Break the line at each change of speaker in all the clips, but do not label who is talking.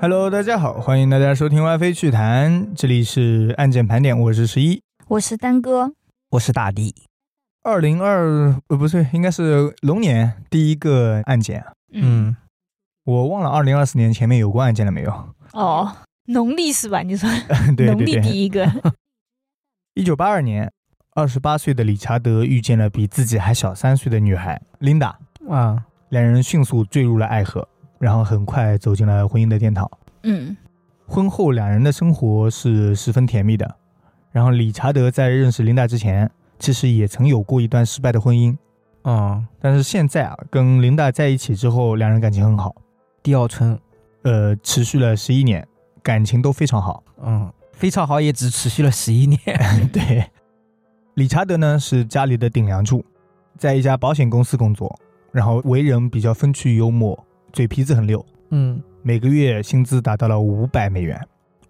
Hello，大家好，欢迎大家收听 WiFi 趣谈，这里是案件盘点，我是十一，
我是丹哥，
我是大地。
二零二呃不对，应该是龙年第一个案件啊，
嗯，
我忘了二零二四年前面有过案件了没有？
哦，农历是吧？你说
嗯对
农
对
历
对，
第一个，
一九八二年，二十八岁的理查德遇见了比自己还小三岁的女孩琳达，
啊，
两人迅速坠入了爱河，然后很快走进了婚姻的殿堂。
嗯
婚后两人的生活是十分甜蜜的。然后理查德在认识琳达之前，其实也曾有过一段失败的婚姻，
哦，
但是现在啊，跟琳达在一起之后，两人感情很好，
第二春，
呃，持续了十一年，感情都非常好。
嗯，非常好，也只持续了十一年。
对，理查德呢是家里的顶梁柱，在一家保险公司工作，然后为人比较风趣幽默，嘴皮子很溜，
嗯
每个月薪资达到了五百美元，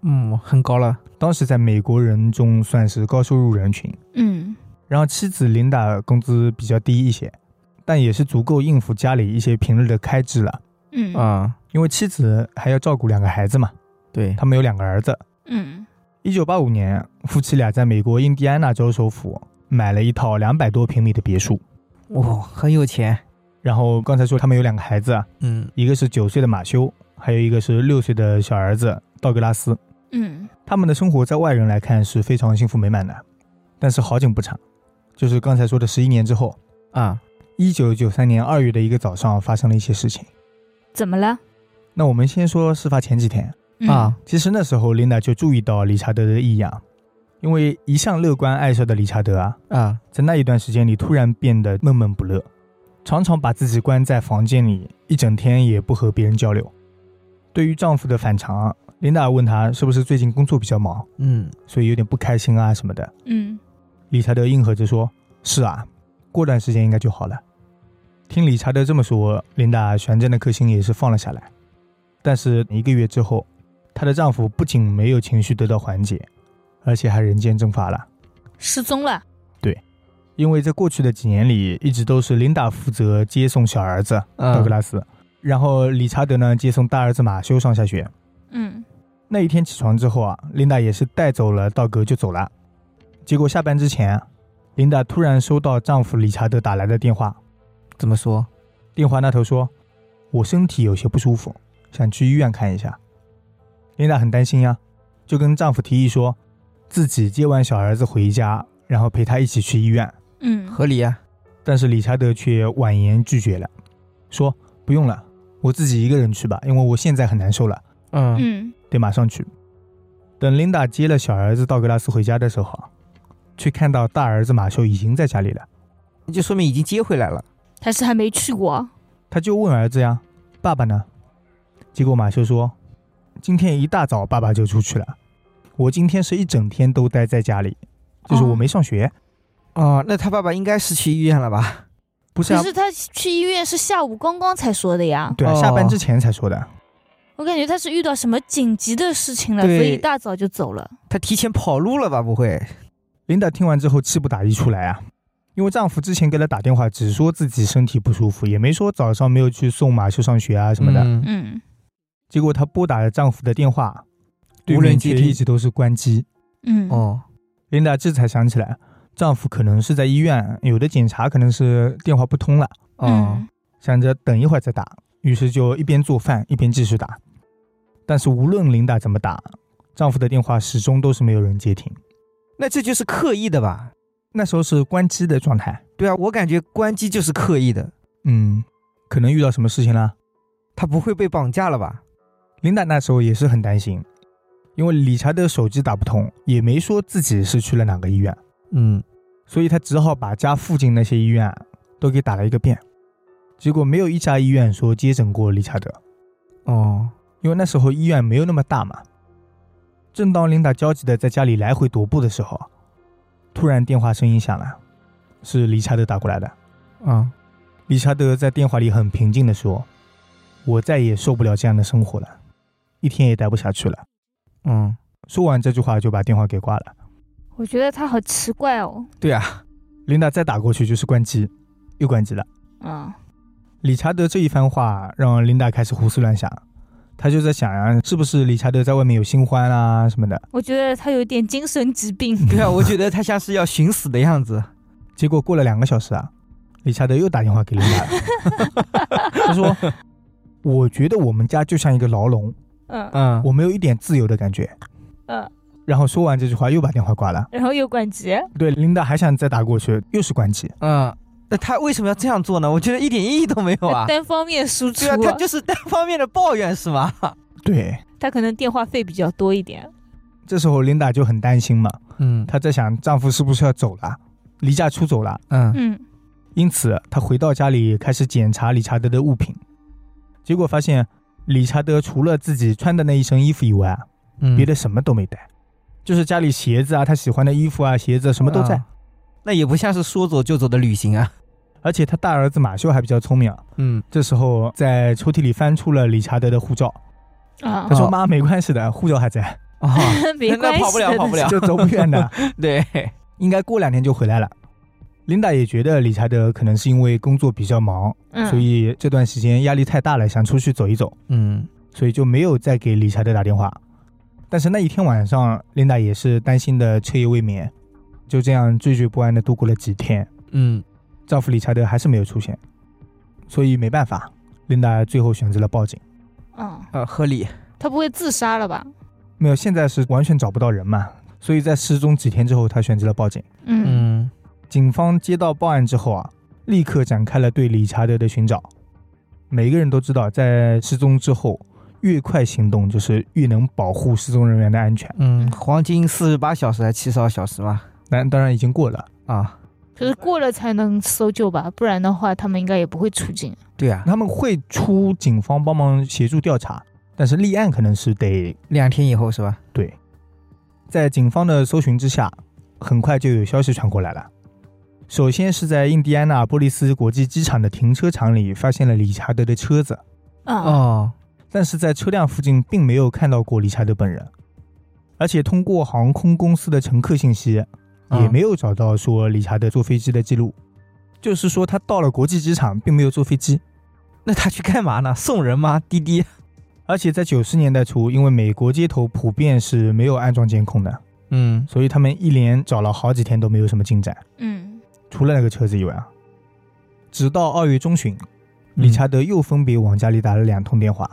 嗯，很高了。
当时在美国人中算是高收入人群。
嗯
然后妻子琳达工资比较低一些，但也是足够应付家里一些平日的开支了，
嗯
啊，
因为妻子还要照顾两个孩子嘛，
对，
他们有两个儿子。
嗯
一九八五年，夫妻俩在美国印第安纳州首府买了一套两百多平米的别墅。
哇、很有钱。
然后刚才说他们有两个孩子啊，
嗯
一个是九岁的马修，还有一个是六岁的小儿子道格拉斯。
嗯
他们的生活在外人来看是非常幸福美满的，但是好景不长，就是刚才说的十一年之后，
啊，
一九九三年二月的一个早上发生了一些事情。
怎么了？
那我们先说事发前几天，
嗯
啊，
其实那时候琳达就注意到理查德的异样，因为一向乐观爱笑的理查德啊，
啊，
在那一段时间里突然变得闷闷不乐，常常把自己关在房间里，一整天也不和别人交流。对于丈夫的反常，琳达问他是不是最近工作比较忙，
嗯
所以有点不开心啊什么的。
嗯
理查德应和着说：“是啊，过段时间应该就好了。”听理查德这么说，琳达悬着那颗心也是放了下来。但是一个月之后，她的丈夫不仅没有情绪得到缓解，而且还人间蒸发了。
失踪了。
因为在过去的几年里，一直都是琳达负责接送小儿子道格
啊，
拉斯，然后理查德呢接送大儿子马修上下学。
嗯
那一天起床之后啊，琳达也是带走了道格就走了。结果下班之前啊，琳达突然收到丈夫理查德打来的电话，
怎么说？
电话那头说：“我身体有些不舒服，想去医院看一下。”琳达很担心呀、啊就跟丈夫提议说，自己接完小儿子回家，然后陪他一起去医院。
嗯
合理啊。
但是理查德却婉言拒绝了，说：“不用了，我自己一个人去吧，因为我现在很难受了。”
嗯
嗯
得马上去。等琳达接了小儿子道格拉斯回家的时候啊，却看到大儿子马修已经在家里了。
就说明已经接回来了。
还是还没去过。
他就问儿子呀：“爸爸呢？”结果马修说：“今天一大早爸爸就出去了，我今天是一整天都待在家里，就是我没上学。
哦，那他爸爸应该是去医院了吧？
不是
可
啊，
是他去医院是下午刚刚才说的呀，
对啊，
哦
下班之前才说的。
我感觉他是遇到什么紧急的事情了，所
对
以一大早就走了。
他提前跑路了吧？不会？
琳达听完之后气不打一处来啊，因为丈夫之前给她打电话，只说自己身体不舒服，也没说早上没有去送马修上学啊什么的。
嗯
嗯
结果她拨打了丈夫的电话，
无人接
对面却
听
一直都是关机。
嗯
哦，
琳达这才想起来，丈夫可能是在医院，有的检查可能是电话不通了，
哦，
嗯
想着等一会儿再打，于是就一边做饭一边继续打。但是无论琳达怎么打，丈夫的电话始终都是没有人接听，
那这就是刻意的吧？
那时候是关机的状态。
对啊，我感觉关机就是刻意的，
嗯，可能遇到什么事情了。
他不会被绑架了吧？
琳达那时候也是很担心，因为理查德手机打不通，也没说自己是去了哪个医院。
嗯，
所以他只好把家附近那些医院啊都给打了一个遍，结果没有一家医院说接诊过理查德，
哦，
因为那时候医院没有那么大嘛。正当琳达焦急的在家里来回踱步的时候，突然电话声音响了，是理查德打过来的。
啊，
理查德在电话里很平静的说：“我再也受不了这样的生活了，一天也待不下去了。
嗯，”
说完这句话就把电话给挂了。
我觉得他好奇怪哦。
对啊，
琳达再打过去就是关机，又关机了。
嗯
理查德这一番话让琳达开始胡思乱想，她就在想啊，是不是理查德在外面有新欢啊什么的。
我觉得他有点精神疾病。
对啊，我觉得他像是要寻死的样子。
结果过了两个小时啊，理查德又打电话给琳达了，他说：“我觉得我们家就像一个牢笼，
嗯
嗯，
我没有一点自由的感觉。
嗯，”
然后说完这句话又把电话挂了。
然后又关机。
对，琳达还想再打过去，又是关机。
嗯，那他为什么要这样做呢？我觉得一点意义都没有 啊。
单方面输出
对啊，，他就是单方面的抱怨是吗？
对，
他可能电话费比较多一点。
这时候琳达就很担心嘛，
嗯
她在想丈夫是不是要走了，离家出走了。
嗯
嗯，
因此，她回到家里开始检查理查德的物品，结果发现理查德除了自己穿的那一身衣服以外啊，
嗯
别的什么都没带，就是家里鞋子啊，他喜欢的衣服啊、鞋子啊什么都在。
啊那也不像是说走就走的旅行啊。
而且他大儿子马修还比较聪明啊，
嗯
这时候在抽屉里翻出了理查德的护照，
啊
他，说：“
哦
妈，没关系的，护照还在，
啊，
没关系的，
那跑不了跑不了
就走不远的，
对，
应该过两天就回来了。”琳达也觉得理查德可能是因为工作比较忙，
嗯
所以这段时间压力太大了，想出去走一走，
嗯
所以就没有再给理查德打电话。但是那一天晚上，琳达也是担心的彻夜未眠，就这样惴惴不安的度过了几天。
嗯
丈夫理查德还是没有出现，所以没办法，琳达最后选择了报警。
嗯，
呃，合理。
他不会自杀了吧？
没有，现在是完全找不到人嘛，所以在失踪几天之后，她选择了报警。
嗯
嗯
警方接到报案之后啊，立刻展开了对理查德的寻找。每个人都知道，在失踪之后，越快行动就是越能保护失踪人员的安全。
嗯，黄金四十八小时还七十二小时嘛？
但当然已经过了，
啊，
就是过了才能搜救吧，不然的话他们应该也不会出警。
对啊，
他们会出警方帮忙协助调查，但是立案可能是得
两天以后是吧？
在警方的搜寻之下，很快就有消息传过来了。首先是在印第安纳波利斯国际机场的停车场里发现了理查德的车子，
啊，
哦，
但是在车辆附近并没有看到过理查德本人，而且通过航空公司的乘客信息
嗯
也没有找到说理查德坐飞机的记录，就是说他到了国际机场并没有坐飞机。
那他去干嘛呢？送人吗？滴滴？
而且在九十年代初，因为美国街头普遍是没有安装监控的，
嗯
所以他们一连找了好几天都没有什么进展。
嗯
除了那个车子以外啊，直到二月中旬，
嗯
理查德又分别往家里打了两通电话，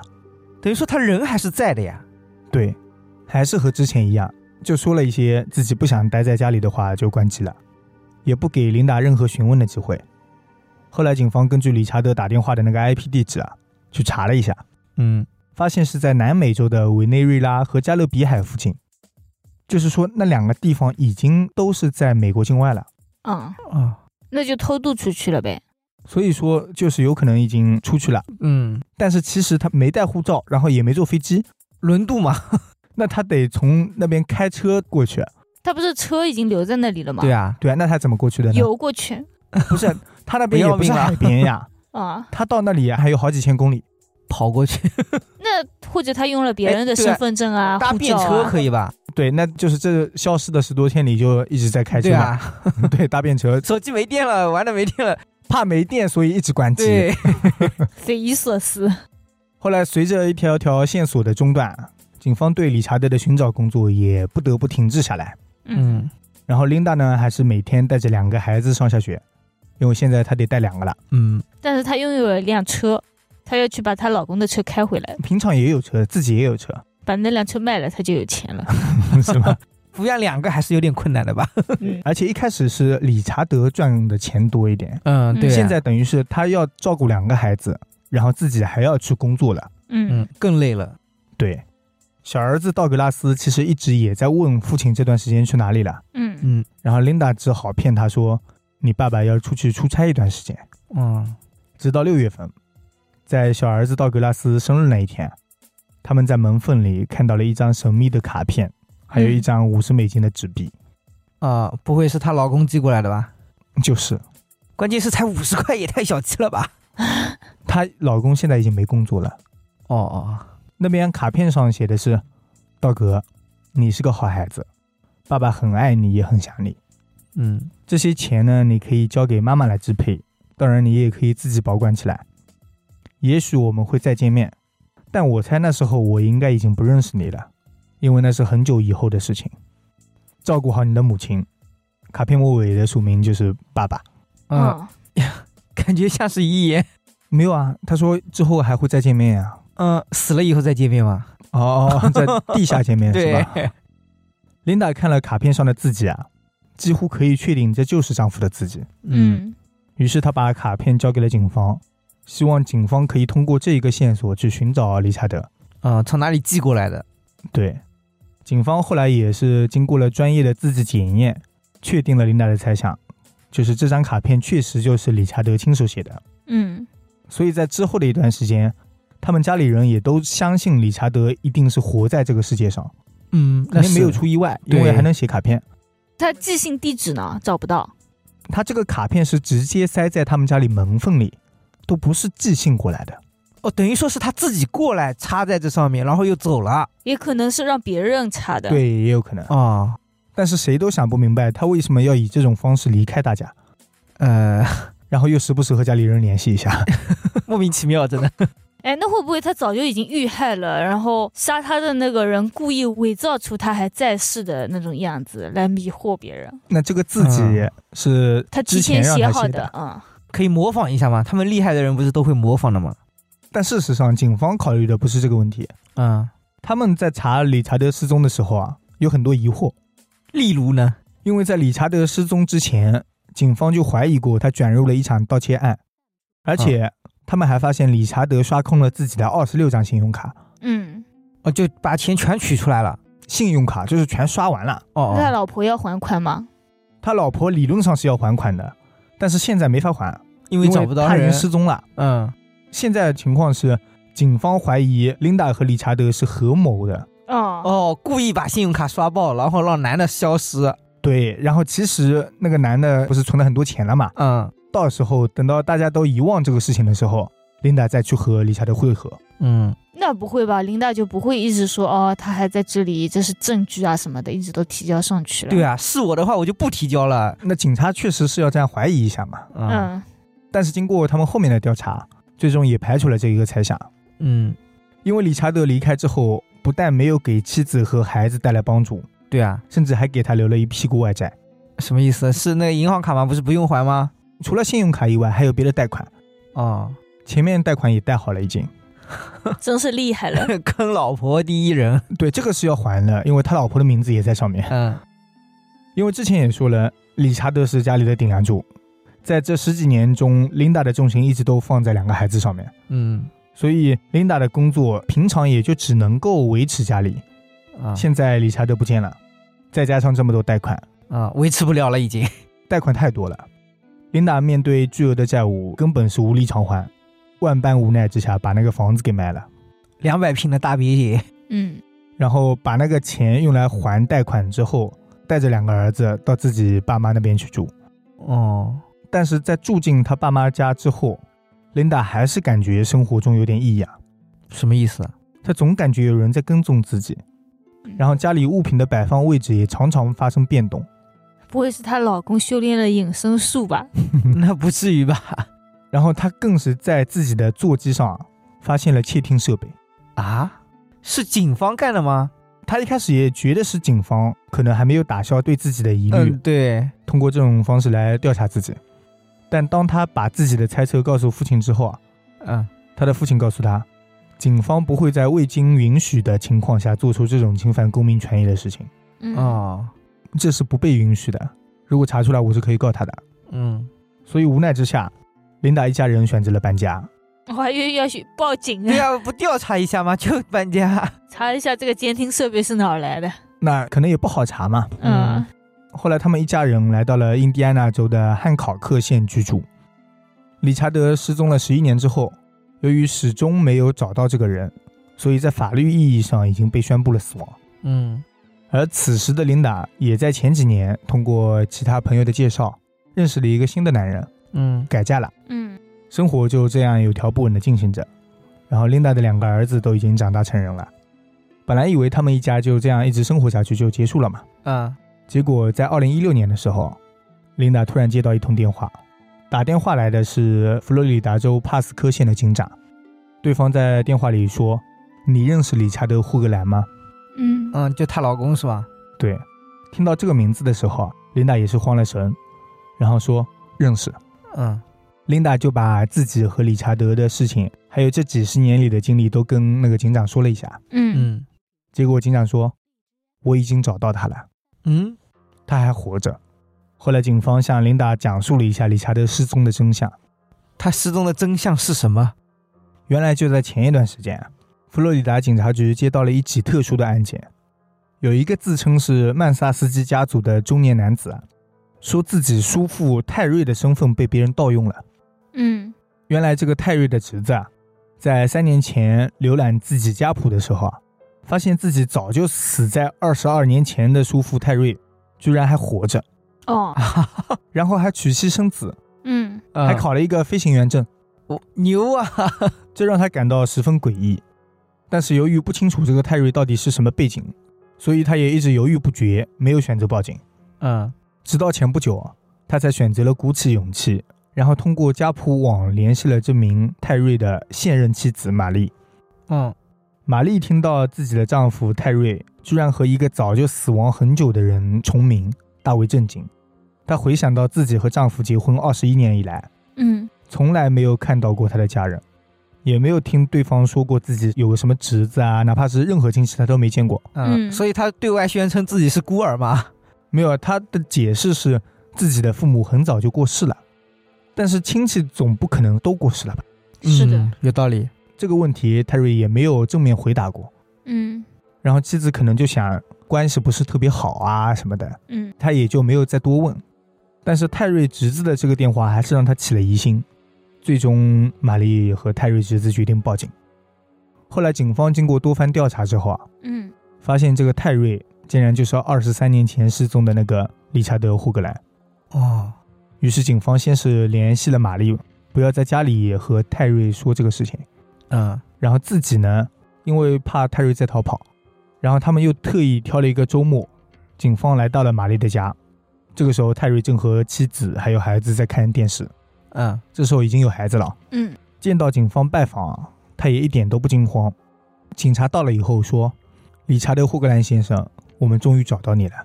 等于说他人还是在的呀。
对，还是和之前一样，就说了一些自己不想待在家里的话就关机了，也不给琳达任何询问的机会。后来警方根据理查德打电话的那个 IP 地址啊，去查了一下，
嗯
发现是在南美洲的委内瑞拉和加勒比海附近，就是说那两个地方已经都是在美国境外了。
啊，
啊，
那就偷渡出去了呗。
所以说，就是有可能已经出去了，
嗯，
但是其实他没带护照，然后也没坐飞机，
轮渡嘛。
那他得从那边开车过去，
他不是车已经留在那里了吗？
对啊，
对啊，那他怎么过去的呢？
游过去
不 是他那边
不
也
要
不是
命啊
海边 呀，
啊，
他到那里还有好几千公里，
跑过去
那或者他用了别人的
哎对啊
身份证啊、
搭
护
便
照
车
啊，
可以吧？
对，那就是这消失的十多天里就一直在开车
对
嘛，
啊，
对,、搭便车，
手机没电了，玩的没电了。
怕没电，所以一直关机。
对，
匪夷所思。
后来随着一条条线索的中断，警方对理查德的寻找工作也不得不停滞下来。
嗯
然后琳达呢，还是每天带着两个孩子上下学，因为现在她得带两个了。
嗯
但是她拥有了一辆车，她要去把她老公的车开回来，
平常也有车，自己也有车，
把那辆车卖了，她就有钱了。
是吧？
抚养两个还是有点困难的吧？
嗯
而且一开始是理查德赚的钱多一点，
嗯
对啊
现在等于是他要照顾两个孩子，然后自己还要去工作了。
嗯
嗯更累了。
对，小儿子道格拉斯其实一直也在问父亲这段时间去哪里了，
嗯
嗯
然后琳达只好骗他说，你爸爸要出去出差一段时间，
嗯
直到六月份，在小儿子道格拉斯生日那一天，他们在门缝里看到了一张神秘的卡片，还有一张五十美金的纸币，
啊，不会是她老公寄过来的吧？
就是
关键是才五十块，也太小气了吧？
她老公现在已经没工作了。
哦哦，
那边卡片上写的是：“道格，你是个好孩子，爸爸很爱你，也很想你。
嗯
这些钱呢，你可以交给妈妈来支配，当然你也可以自己保管起来。也许我们会再见面，但我猜那时候我应该已经不认识你了，因为那是很久以后的事情。照顾好你的母亲。卡片末尾的署名就是爸爸，
嗯，
嗯，
感觉像是遗言。
没有啊？他说之后还会再见面呀、
嗯，死了以后再见面嘛。
啊。
嗯
哦哦，在地下见面是
对
吧？，琳达看了卡片上的自己啊，几乎可以确定这就是丈夫的自己。
嗯，
于是她把卡片交给了警方，希望警方可以通过这一个线索去寻找理查德。
嗯，从哪里寄过来的？
对，警方后来也是经过了专业的字迹检验，确定了琳达的猜想，就是这张卡片确实就是理查德亲手写的。
嗯，
所以在之后的一段时间，他们家里人也都相信理查德一定是活在这个世界上，
嗯，
肯
那
定
是
没有出意外，因为
对
还能写卡片。
他寄信地址呢找不到，
他这个卡片是直接塞在他们家里门缝里，都不是寄信过来的。
哦，等于说是他自己过来插在这上面，然后又走了。
也可能是让别人查的。，
对，也有可能。
哦，
但是谁都想不明白他为什么要以这种方式离开大家，
呃，
然后又时不时和家里人联系一下。
莫名其妙，真的。
哎，那会不会他早就已经遇害了，然后杀他的那个人故意伪造出他还在世的那种样子来迷惑别人？
那这个字己
嗯
是
他
之
提
前
前
让
写
他
好
写
的，，嗯，
可以模仿一下吗？他们厉害的人不是都会模仿的吗？
但事实上警方考虑的不是这个问题。
嗯，
他们在查理查德失踪的时候啊，有很多疑惑，
例如呢？
因为在理查德失踪之前，警方就怀疑过他卷入了一场盗窃案，而且他们还发现理查德刷空了自己的二十六张信用卡，
嗯，
哦，就把钱全取出来了。
信用卡就是全刷完了。
哦
那他
哦，
老婆要还款吗？
他老婆理论上是要还款的，但是现在没法还，因
因为找不到
他人
人。
失踪了。
嗯，
现在的情况是，警方怀疑琳达和理查德是合谋的，
哦，
哦，故意把信用卡刷爆，然后让男的消失。
对，然后其实那个男的不是存了很多钱了嘛？
嗯
到时候等到大家都遗忘这个事情的时候，琳达再去和理查德会合。
嗯，
那不会吧？琳达就不会一直说哦，他还在这里，这是证据啊什么的，一直都提交上去了。
对啊，是我的话我就不提交了。
那警察确实是要这样怀疑一下嘛？
嗯
嗯，
但是经过他们后面的调查，最终也排除了这一个猜想，
嗯，
因为理查德离开之后，不但没有给妻子和孩子带来帮助，
对啊，
甚至还给他留了一屁股外债。
什么意思？是那个银行卡吗？不是不用还吗？
除了信用卡以外，还有别的贷款，
哦，
前面贷款也贷好了已经。
真是厉害 了。
坑老婆第一人。
对，这个是要还的，因为他老婆的名字也在上面。
嗯
因为之前也说了，理查德是家里的顶梁柱，在这十几年中，琳达的重心一直都放在两个孩子上面，
嗯
所以琳达的工作平常也就只能够维持家里。
啊
现在理查德不见了，再加上这么多贷款，
啊，维持不了了已经。
贷款太多了，琳达面对巨额的债务根本是无力偿还，万般无奈之下把那个房子给卖了，
两百平的大别野，
嗯，
然后把那个钱用来还贷款之后，带着两个儿子到自己爸妈那边去住。
哦，
但是在住进他爸妈家之后，琳达还是感觉生活中有点异样，
什么意思？
她总感觉有人在跟踪自己，然后家里物品的摆放位置也常常发生变动。
不会是她老公修炼了隐身术吧？
那不至于吧？
然后她更是在自己的座机上发现了窃听设备，
啊，是警方干的吗？
她一开始也觉得是警方可能还没有打消对自己的疑虑，
嗯，对，
通过这种方式来调查自己。但当她把自己的猜测告诉父亲之后啊，
嗯，
他的父亲告诉他，警方不会在未经允许的情况下做出这种侵犯公民权益的事情，
嗯，
哦，
这是不被允许的。如果查出来，我是可以告他的。
嗯，
所以无奈之下，琳达一家人选择了搬家。
我还以为要去报警
对啊
呢，
呀、不调查一下吗？就搬家。
查一下这个监听设备是哪儿来的。
那可能也不好查嘛。
嗯，
后来他们一家人来到了印第安纳州的汉考克县居住。理查德失踪了十一年之后，由于始终没有找到这个人，所以在法律意义上已经被宣布了死亡。
嗯
而此时的琳达也在前几年通过其他朋友的介绍，认识了一个新的男人，
嗯，
改嫁了，
嗯，
生活就这样有条不紊的进行着。然后琳达的两个儿子都已经长大成人了，本来以为他们一家就这样一直生活下去就结束了嘛，
啊，
结果在二零一六年的时候，琳达突然接到一通电话，打电话来的是佛罗里达州帕斯科县的警长，对方在电话里说，你认识理查德·胡格兰吗？
嗯，
嗯，就她老公是吧？
对，听到这个名字的时候啊，琳达也是慌了神，然后说认识。
嗯
琳达就把自己和理查德的事情，还有这几十年里的经历都跟那个警长说了一下。
嗯，
嗯
结果警长说，我已经找到他了，
嗯
他还活着。后来警方向琳达讲述了一下理查德失踪的真相。
她失踪的真相是什么？
原来就在前一段时间啊，佛罗里达警察局接到了一起特殊的案件，有一个自称是曼萨斯基家族的中年男子啊，说自己叔父泰瑞的身份被别人盗用了。
嗯，
原来这个泰瑞的侄子啊，在三年前浏览自己家谱的时候啊，发现自己早就死在二十二年前的叔父泰瑞，居然还活着，
哦，
然后还娶妻生子，
嗯
嗯
还考了一个飞行员证，
我牛啊！
这让他感到十分诡异。但是由于不清楚这个泰瑞到底是什么背景，所以他也一直犹豫不决，没有选择报警。
嗯
直到前不久啊，他才选择了鼓起勇气，然后通过家谱网联系了这名泰瑞的现任妻子玛丽。
嗯
玛丽听到自己的丈夫泰瑞居然和一个早就死亡很久的人重名，大为震惊。她回想到自己和丈夫结婚二十一年以来，
嗯
从来没有看到过他的家人，也没有听对方说过自己有个什么侄子啊，哪怕是任何亲戚，她都没见过。
嗯
嗯，所以她对外宣称自己是孤儿嘛？
没有，她的解释是自己的父母很早就过世了，但是亲戚总不可能都过世了吧？
是的
嗯，有道理。
这个问题泰瑞也没有正面回答过。
嗯
然后妻子可能就想关系不是特别好啊什么的，
嗯
他也就没有再多问。但是泰瑞侄子的这个电话还是让他起了疑心，最终玛丽和泰瑞侄子决定报警。后来警方经过多番调查之后啊，
嗯
发现这个泰瑞竟然就是二十三年前失踪的那个理查德·胡格兰。
哦，
于是警方先是联系了玛丽，不要在家里和泰瑞说这个事情。
嗯
然后自己呢，因为怕泰瑞在逃跑，然后他们又特意挑了一个周末，警方来到了玛丽的家。这个时候，泰瑞正和妻子还有孩子在看电视，
嗯
这时候已经有孩子了。
嗯
见到警方拜访啊，他也一点都不惊慌。警察到了以后说：“理查德·霍格兰先生，我们终于找到你了。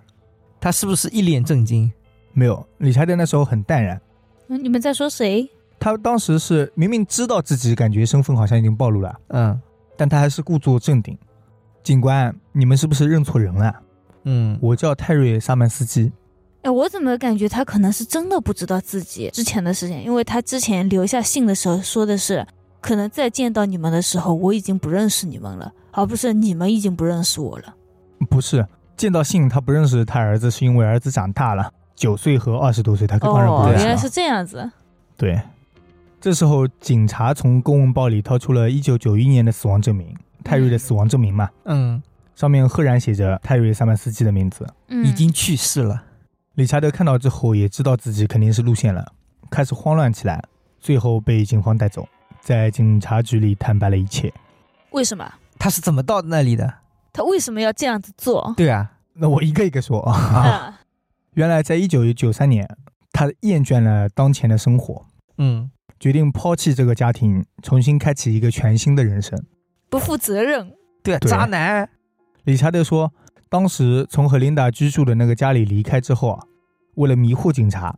她是不是一脸震惊？”
没有，理查德那时候很淡然，
嗯，你们在说谁？
他当时是明明知道自己感觉身份好像已经暴露了，
嗯
但他还是故作镇定。警官，你们是不是认错人了？
嗯，
我叫泰瑞·萨曼斯基。
哎，我怎么感觉他可能是真的不知道自己之前的事情？因为他之前留下信的时候说的是，可能再见到你们的时候，我已经不认识你们了，而不是你们已经不认识我了。
不是，见到信他不认识他儿子，是因为儿子长大了，九岁和二十多岁，他当然不啊认
哦，原
识
来
了。
是这样子。
对。这时候，警察从公文包里掏出了1991年的死亡证明，泰瑞的死亡证明嘛，
嗯
上面赫然写着泰瑞·萨曼斯基的名字。
嗯，
已经去世了。
理查德看到之后，也知道自己肯定是露馅了，开始慌乱起来，最后被警方带走，在警察局里坦白了一切。
为什么
她是怎么到那里的？
他为什么要这样子做？
对啊，
那我一个一个说啊。
啊，
原来，在一九九三年，他厌倦了当前的生活，
嗯，
决定抛弃这个家庭，重新开启一个全新的人生。
不负责任。
对啊，
对
渣男。
理查德说，当时从和琳达居住的那个家里离开之后啊，为了迷惑警察，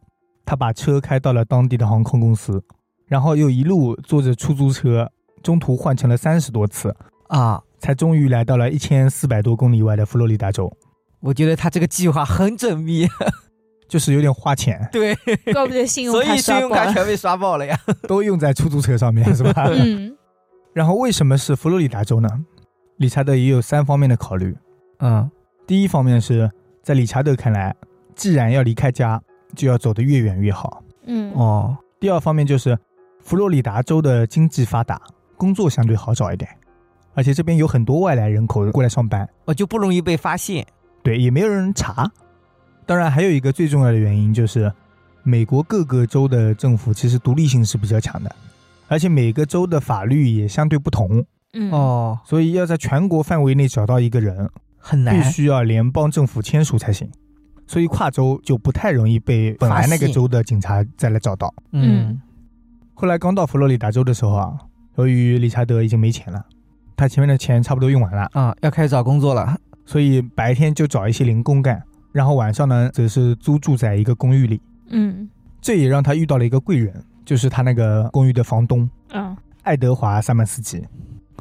他把车开到了当地的航空公司，然后又一路坐着出租车，中途换乘了三十多次，
啊，
才终于来到了一千四百多公里外的佛罗里达州，
我觉得他这个计划很缜密，
就是有点花钱，
对，
怪不得信 用
所
卡
以信
刷
用
爆
卡
了。
全被刷爆了呀。
都用在出租车上面，是吧？
嗯
然后为什么是佛罗里达州呢？理查德也有三方面的考虑。
嗯
第一方面是在理查德看来，既然要离开家，就要走得越远越好。
嗯
哦，
第二方面就是佛罗里达州的经济发达，工作相对好找一点，而且这边有很多外来人口过来上班，
我就不容易被发现。
对，也没有人查。当然，还有一个最重要的原因就是，美国各个州的政府其实独立性是比较强的，而且每个州的法律也相对不同，
嗯
哦，
所以要在全国范围内找到一个人，
很难
必。须要联邦政府签署才行，所以跨州就不太容易被本来那个州的警察再来找到。
嗯
后来刚到佛罗里达州的时候啊，由于理查德已经没钱了，他前面的钱差不多用完了，
啊，要开始找工作了。
所以白天就找一些零工干，然后晚上呢，则是租住在一个公寓里。
嗯
这也让他遇到了一个贵人，就是他那个公寓的房东
嗯
爱德华·萨曼斯基。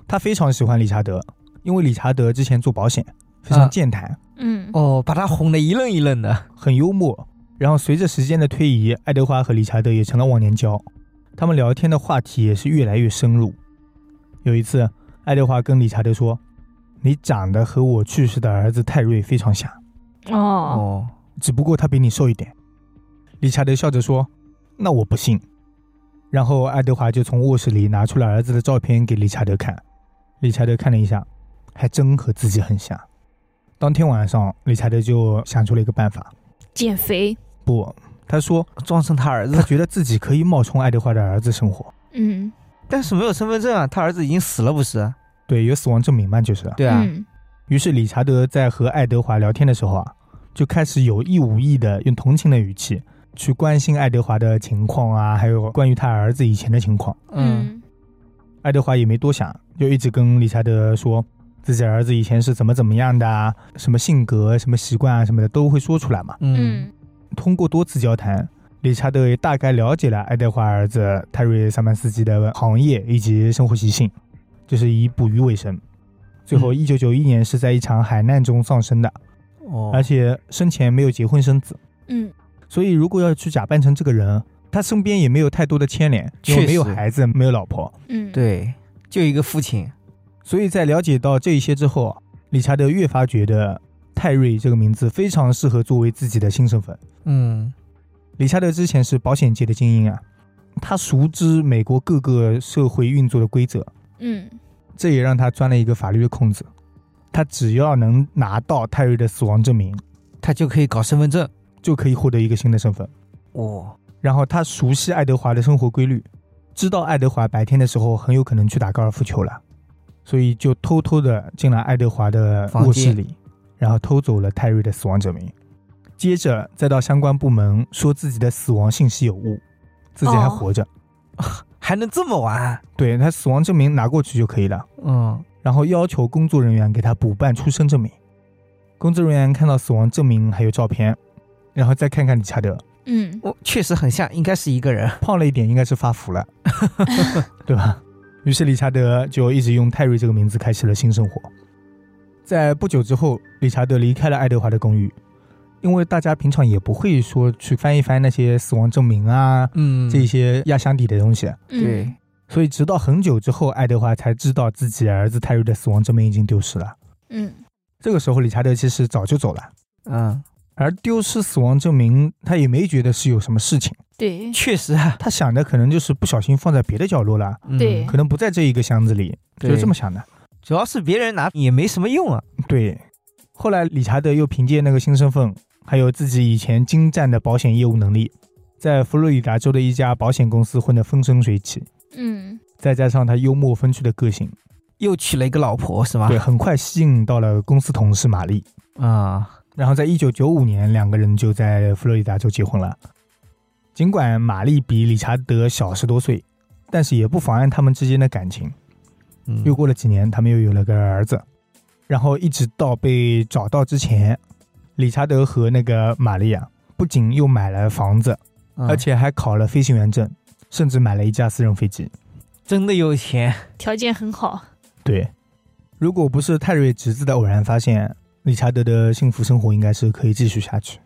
他非常喜欢理查德，因为理查德之前做保险，非常
啊
健谈，
嗯
哦，把他哄得一愣一愣的。
很幽默。然后随着时间的推移，爱德华和理查德也成了忘年交，他们聊天的话题也是越来越深入。有一次，爱德华跟理查德说：“你长得和我去世的儿子泰瑞非常像，
哦
哦，
只不过他比你瘦一点。”理查德笑着说：“那我不信。”然后爱德华就从卧室里拿出了儿子的照片给理查德看，理查德看了一下，还真和自己很像。当天晚上，理查德就想出了一个办法，
减肥，
不，他说
装成他儿
他
子，
觉得自己可以冒充爱德华的儿子生活，
嗯
但是没有身份证啊，他儿子已经死了，不是？
对，有死亡证明嘛，就是。
对啊，
嗯
于是理查德在和爱德华聊天的时候啊，就开始有意无意的用同情的语气去关心爱德华的情况啊，还有关于他儿子以前的情况。
嗯，
爱德华也没多想，就一直跟理查德说自己儿子以前是怎么怎么样的啊，什么性格、什么习惯啊什么的都会说出来嘛。
嗯
通过多次交谈，理查德也大概了解了爱德华儿子泰瑞·萨曼斯基的行业以及生活习性，就是以捕鱼为生。最后，
嗯
一九九一年是在一场海难中丧生的，
哦，
而且生前没有结婚生子，
嗯
所以如果要去假扮成这个人，他身边也没有太多的牵连，因
确
为
实
没有孩子，没有老婆。
嗯，
对，就一个父亲。
所以在了解到这一些之后，理查德越发觉得泰瑞这个名字非常适合作为自己的新身份。
嗯，
理查德之前是保险界的精英啊，他熟知美国各个社会运作的规则，
嗯
这也让他钻了一个法律的空子。他只要能拿到泰瑞的死亡证明，
他就可以搞身份证。
就可以获得一个新的身份。
哦，
然后他熟悉爱德华的生活规律，知道爱德华白天的时候很有可能去打高尔夫球了，所以就偷偷的进了爱德华的
房间
卧室里，然后偷走了泰瑞的死亡证明，接着再到相关部门说自己的死亡信息有误，自己还
哦
活着。
还能这么玩？
对他死亡证明拿过去就可以了，
嗯，
然后要求工作人员给他补办出生证明。工作人员看到死亡证明还有照片，然后再看看理查德，
嗯
我哦确实很像，应该是一个人。
胖了一点，应该是发福了，对吧？于是理查德就一直用泰瑞这个名字开始了新生活。在不久之后，理查德离开了爱德华的公寓，因为大家平常也不会说去翻一翻那些死亡证明啊、
嗯
这些压箱底的东西，
嗯
对，
所以直到很久之后，爱德华才知道自己儿子泰瑞的死亡证明已经丢失了。
嗯
这个时候，理查德其实早就走了，
嗯，
而丢失死亡证明，他也没觉得是有什么事情，
对
确实啊，
他想的可能就是不小心放在别的角落了，
嗯
对
可能不在这一个箱子里，就
对
是这么想的。
主要是别人拿也没什么用啊。
对，后来理查德又凭借那个新身份，还有自己以前精湛的保险业务能力，在佛罗里达州的一家保险公司混得风生水起，
嗯
再加上他幽默风趣的个性，
又娶了一个老婆是吗？
对，很快吸引到了公司同事玛丽。
啊，
然后在一九九五年，两个人就在佛罗里达州结婚了。尽管玛丽比理查德小十多岁，但是也不妨碍他们之间的感情。
嗯
又过了几年，他们又有了个儿子，然后一直到被找到之前，理查德和那个玛丽啊，不仅又买了房子，
嗯
而且还考了飞行员证，甚至买了一架私人飞机。
真的有钱。
条件很好，
对，如果不是泰瑞侄子的偶然发现，理查德的幸福生活应该是可以继续下去。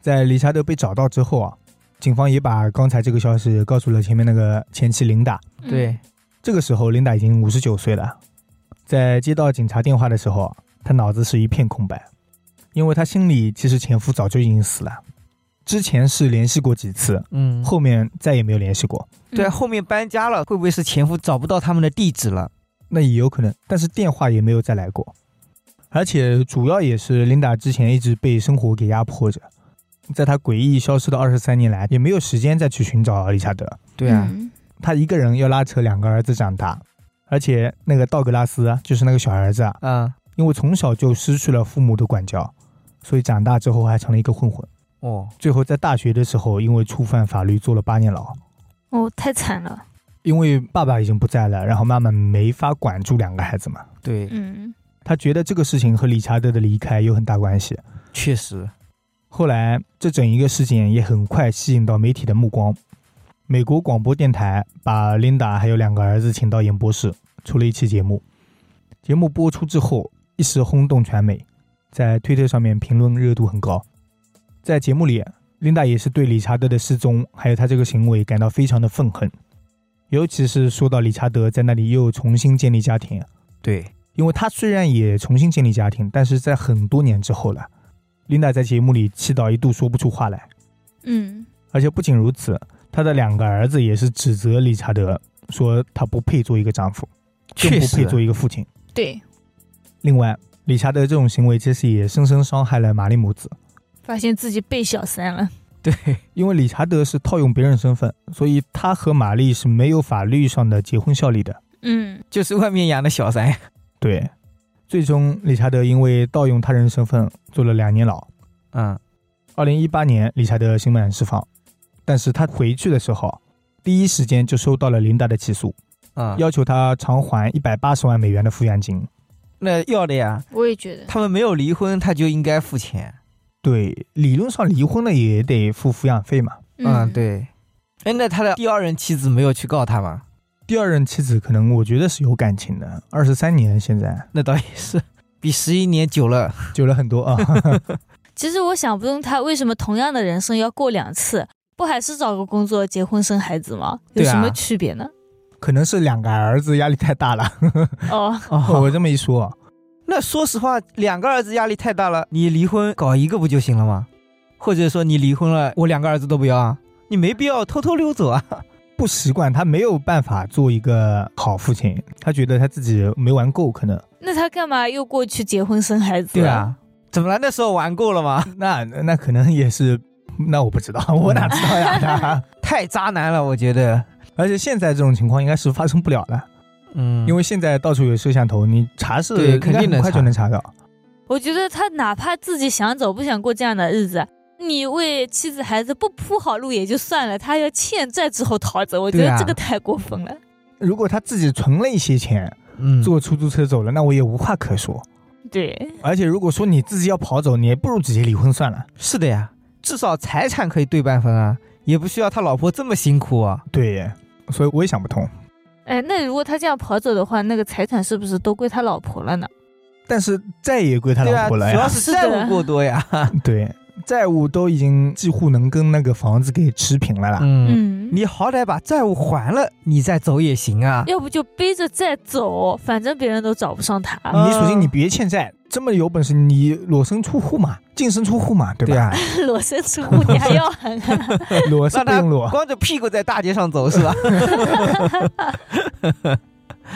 在理查德被找到之后啊，警方也把刚才这个消息告诉了前面那个前妻琳达，
嗯
对，
这个时候，琳达已经五十九岁了，在接到警察电话的时候，啊她脑子是一片空白，因为她心里其实前夫早就已经死了，之前是联系过几次，
嗯，
后面再也没有联系过，
对啊，
嗯
后面搬家了，会不会是前夫找不到他们的地址了？
那也有可能，但是电话也没有再来过，而且主要也是琳达之前一直被生活给压迫着，在她诡异消失的二十三年来，也没有时间再去寻找理查德，
对啊，
嗯
她一个人要拉扯两个儿子长大，而且那个道格拉斯啊就是那个小儿子啊，
啊，
因为从小就失去了父母的管教，所以长大之后还成了一个混混。
哦，
最后在大学的时候，因为触犯法律坐了八年牢。
哦，太惨了，
因为爸爸已经不在了，然后妈妈没法管住两个孩子嘛。
对，
嗯，
他觉得这个事情和理查德的离开有很大关系。
确实，
后来，这整一个事件也很快吸引到媒体的目光。美国广播电台把琳达还有两个儿子请到演播室，出了一期节目。节目播出之后，一时轰动全美，在推特上面评论热度很高。在节目里，琳达也是对理查德的失踪还有他这个行为感到非常的愤恨，尤其是说到理查德在那里又重新建立家庭，
对，
因为他虽然也重新建立家庭，但是在很多年之后了。琳达在节目里气到一度说不出话来，
嗯，
而且不仅如此，她的两个儿子也是指责理查德，说他不配做一个丈夫，更不
确
配
实，
做一个父亲。
对，
另外，理查德这种行为其实也深深伤害了玛丽母子，
发现自己被小三了，
对，
因为理查德是套用别人身份，所以他和玛丽是没有法律上的结婚效力的。
嗯，
就是外面养的小三，
对，最终理查德因为盗用他人身份坐了两年牢。
嗯，
二零一八年，理查德刑满释放，但是他回去的时候，第一时间就收到了琳达的起诉，
啊、
要求他偿还一百八十万美元的抚养金。
那要的呀，
我也觉得，
他们没有离婚，他就应该付钱。
对，理论上离婚了也得付抚养费嘛。
嗯，，对。哎，那他的第二任妻子没有去告他吗？
第二任妻子可能我觉得是有感情的，二十三年现在
那倒也是， 比十一年久了。
久了很多啊。
其实我想不通他为什么同样的人生要过两次，不还是找个工作、结婚、生孩子吗？有
对啊
什么区别 呢？
可能是两个儿子压力太大了。
哦，
我这么一说，
那说实话，两个儿子压力太大了，你离婚搞一个不就行了吗？或者说你离婚了，我两个儿子都不要啊？你没必要偷偷溜走啊？
不习惯，他没有办法做一个好父亲，他觉得他自己没玩够，可能。
那他干嘛又过去结婚生孩子？，，啊
啊
啊
怎么了？那时候玩够了吗？
那那可能也是，那我不知道，我哪知道呀？那
太渣男了，我觉得。
而且现在这种情况应该是发生不了了，
嗯
因为现在到处有摄像头，你查是应
对
该
肯定能
很快
查
就能查到。
我觉得他哪怕自己想走，不想过这样的日子，啊你为妻子孩子不铺好路也就算了，他还要欠债之后逃走，我觉
对
得
啊
这个太过分了。
如果他自己存了一些钱，
嗯
坐出租车走了，那我也无话可说。
对，
而且如果说你自己要跑走，你也不如直接离婚算了。
是的呀，至少财产可以对半分啊，也不需要他老婆这么辛苦啊。
对耶，所以我也想不通。
哎，那如果他这样跑走的话，那个财产是不是都归他老婆了呢？
但是债也归他
对啊，
老婆了
主
呀，
要是债
是的
务过多呀。
对，债务都已经几乎能跟那个房子给持平了啦。
嗯，
嗯，
你好歹把债务还了，你再走也行啊。
要不就背着债走，反正别人都找不上他。
嗯
你首先你别欠债，这么有本事你裸身出户嘛，净身出户嘛，对吧？
对啊，
裸身出户，你还要喊啊？
裸是不用 裸，
光着屁股在大街上走是吧？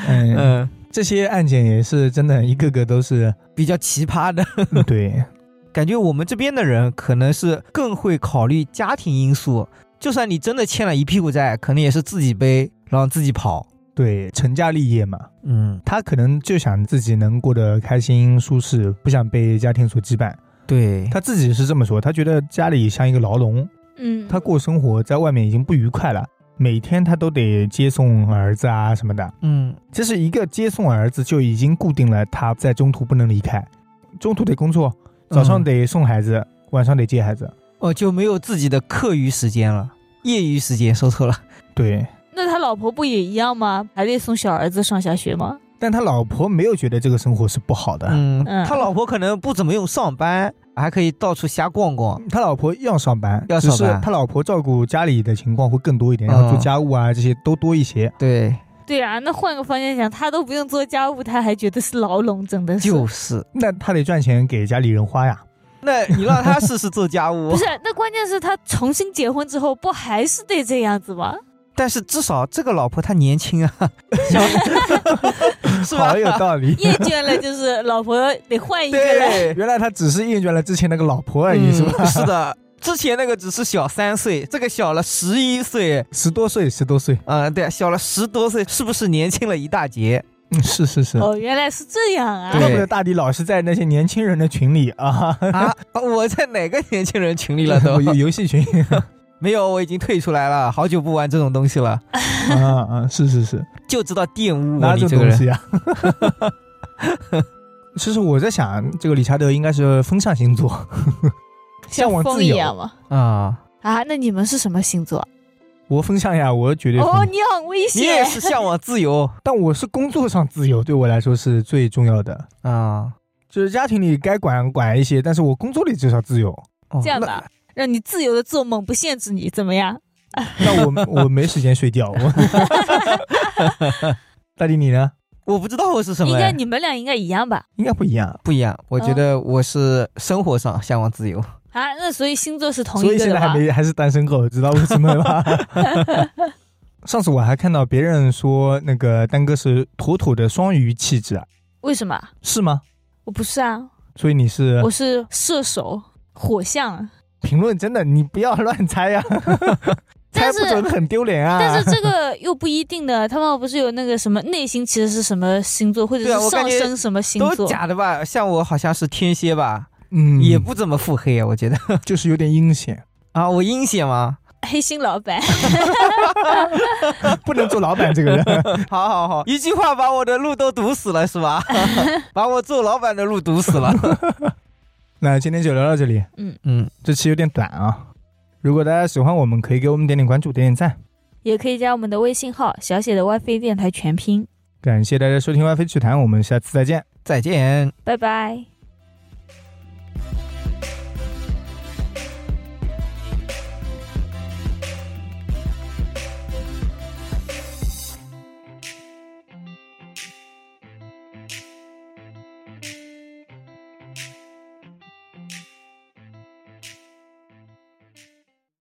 嗯，
嗯，
这些案件也是真的，一个个都 是
比较奇葩的
嗯对，
感觉，我们这边的人可能是更会考虑家庭因素。就算你真的欠了一屁股债，可能也是自己背，然后自己跑。
对，成家立业嘛，
嗯，
他可能就想自己能过得开心舒适，不想被家庭所羁绊。
对，
他自己是这么说，他觉得家里像一个牢笼，
嗯，
他过生活在外面已经不愉快了，每天他都得接送儿子啊什么的。
嗯，
这是一个接送儿子就已经固定了，他在中途不能离开，中途得工作，早上
嗯
得送孩子，晚上得接孩子。
哦，就没有自己的课余时间了，业余时间说错了。
对，
那他老婆不也一样吗？还得送小儿子上下学吗？
但他老婆没有觉得这个生活是不好的，
嗯，
嗯
他老婆可能不怎么用上班，还可以到处瞎逛逛。
他老婆要上班，
要
只
上班嗯
是他老婆照顾家里的情况会更多一点，然后做家务啊这些都多一些。
对，
对啊，那换个方向想，他都不用做家务，他还觉得是牢笼，真的是。
就是。
那他得赚钱给家里人花呀。
那你让他试试做家 务
不是，，那关键是他重新结婚之后，不还是得这样子吗？
但是至少这个老婆她年轻啊，是 吧
好？有道理。
厌倦了就是老婆得换一个人。
对，啊
原来他只是厌倦了之前那个老婆而已，
嗯
是吧？
是的，之前那个只是小三岁，这个小了十一岁，
十多岁，十多岁，
嗯、对，小了十多岁，是不是年轻了一大截？
嗯，是是是。
哦，原来是这样啊！
怪不得大迪老是在那些年轻人的群里啊，
啊，我在哪个年轻人群里了都？
游游戏群，
没有，我已经退出来了，好久不玩这种东西了，
啊啊，是是是，
就知道玷污我
哪
你
种
这个
东
人。
西啊？ 其实我在想，这个理查德应该是风象星座， 向往
风
自
一
由
样吗？
啊，
啊，那你们是什么星座？
我风象呀，我绝对风
哦，你很危
你也
险。
是向往自由
但我是工作上自由，对我来说是最重要的。
啊。
就是家庭里该管管一些，但是我工作里至少自由。
哦
这样吧，让你自由的做梦，不限制你，怎么样？
那我我没时间睡觉。 我大弟你呢？
我不知道我是什
应
么
该
哎，
你们嗯俩应该一样吧？
应该不一样，
不一样。我觉得我是生活上向往自由，
啊，那所以星座是同
所
一
以
个
现
的
在还
吧？
没还是单身狗，知道为什么了吧？ 上次我还看到别人说那个丹哥是妥妥的双鱼气质啊，
为什么？
是吗？
我不是啊，
所以你是
我是射手，火象。啊
评论真的，你不要乱猜呀、猜
但
不
是
准很丢脸啊！
但是这个又不一定的，他们不是有那个什么内心其实是什么星座，或者
对啊
是
我感
上
觉
升什么星
都
座？
假的吧？像我好像是天蝎吧，
嗯，
也不怎么腹黑啊，我觉得
就是有点阴险，
啊，我阴险吗？
黑心老板，
不能做老板这个人。
好好好，一句话把我的路都堵死了是吧？ 把我做老板的路堵死了。
那今天就聊到这里，
嗯，
这期有点短啊。如果大家喜欢我们，可以给我们点点关注，点点赞。
也可以加我们的微信号小写的 WiFi 电台全拼，
感谢大家收听《歪飞趣谈》，我们下次再见。
再见。
拜拜。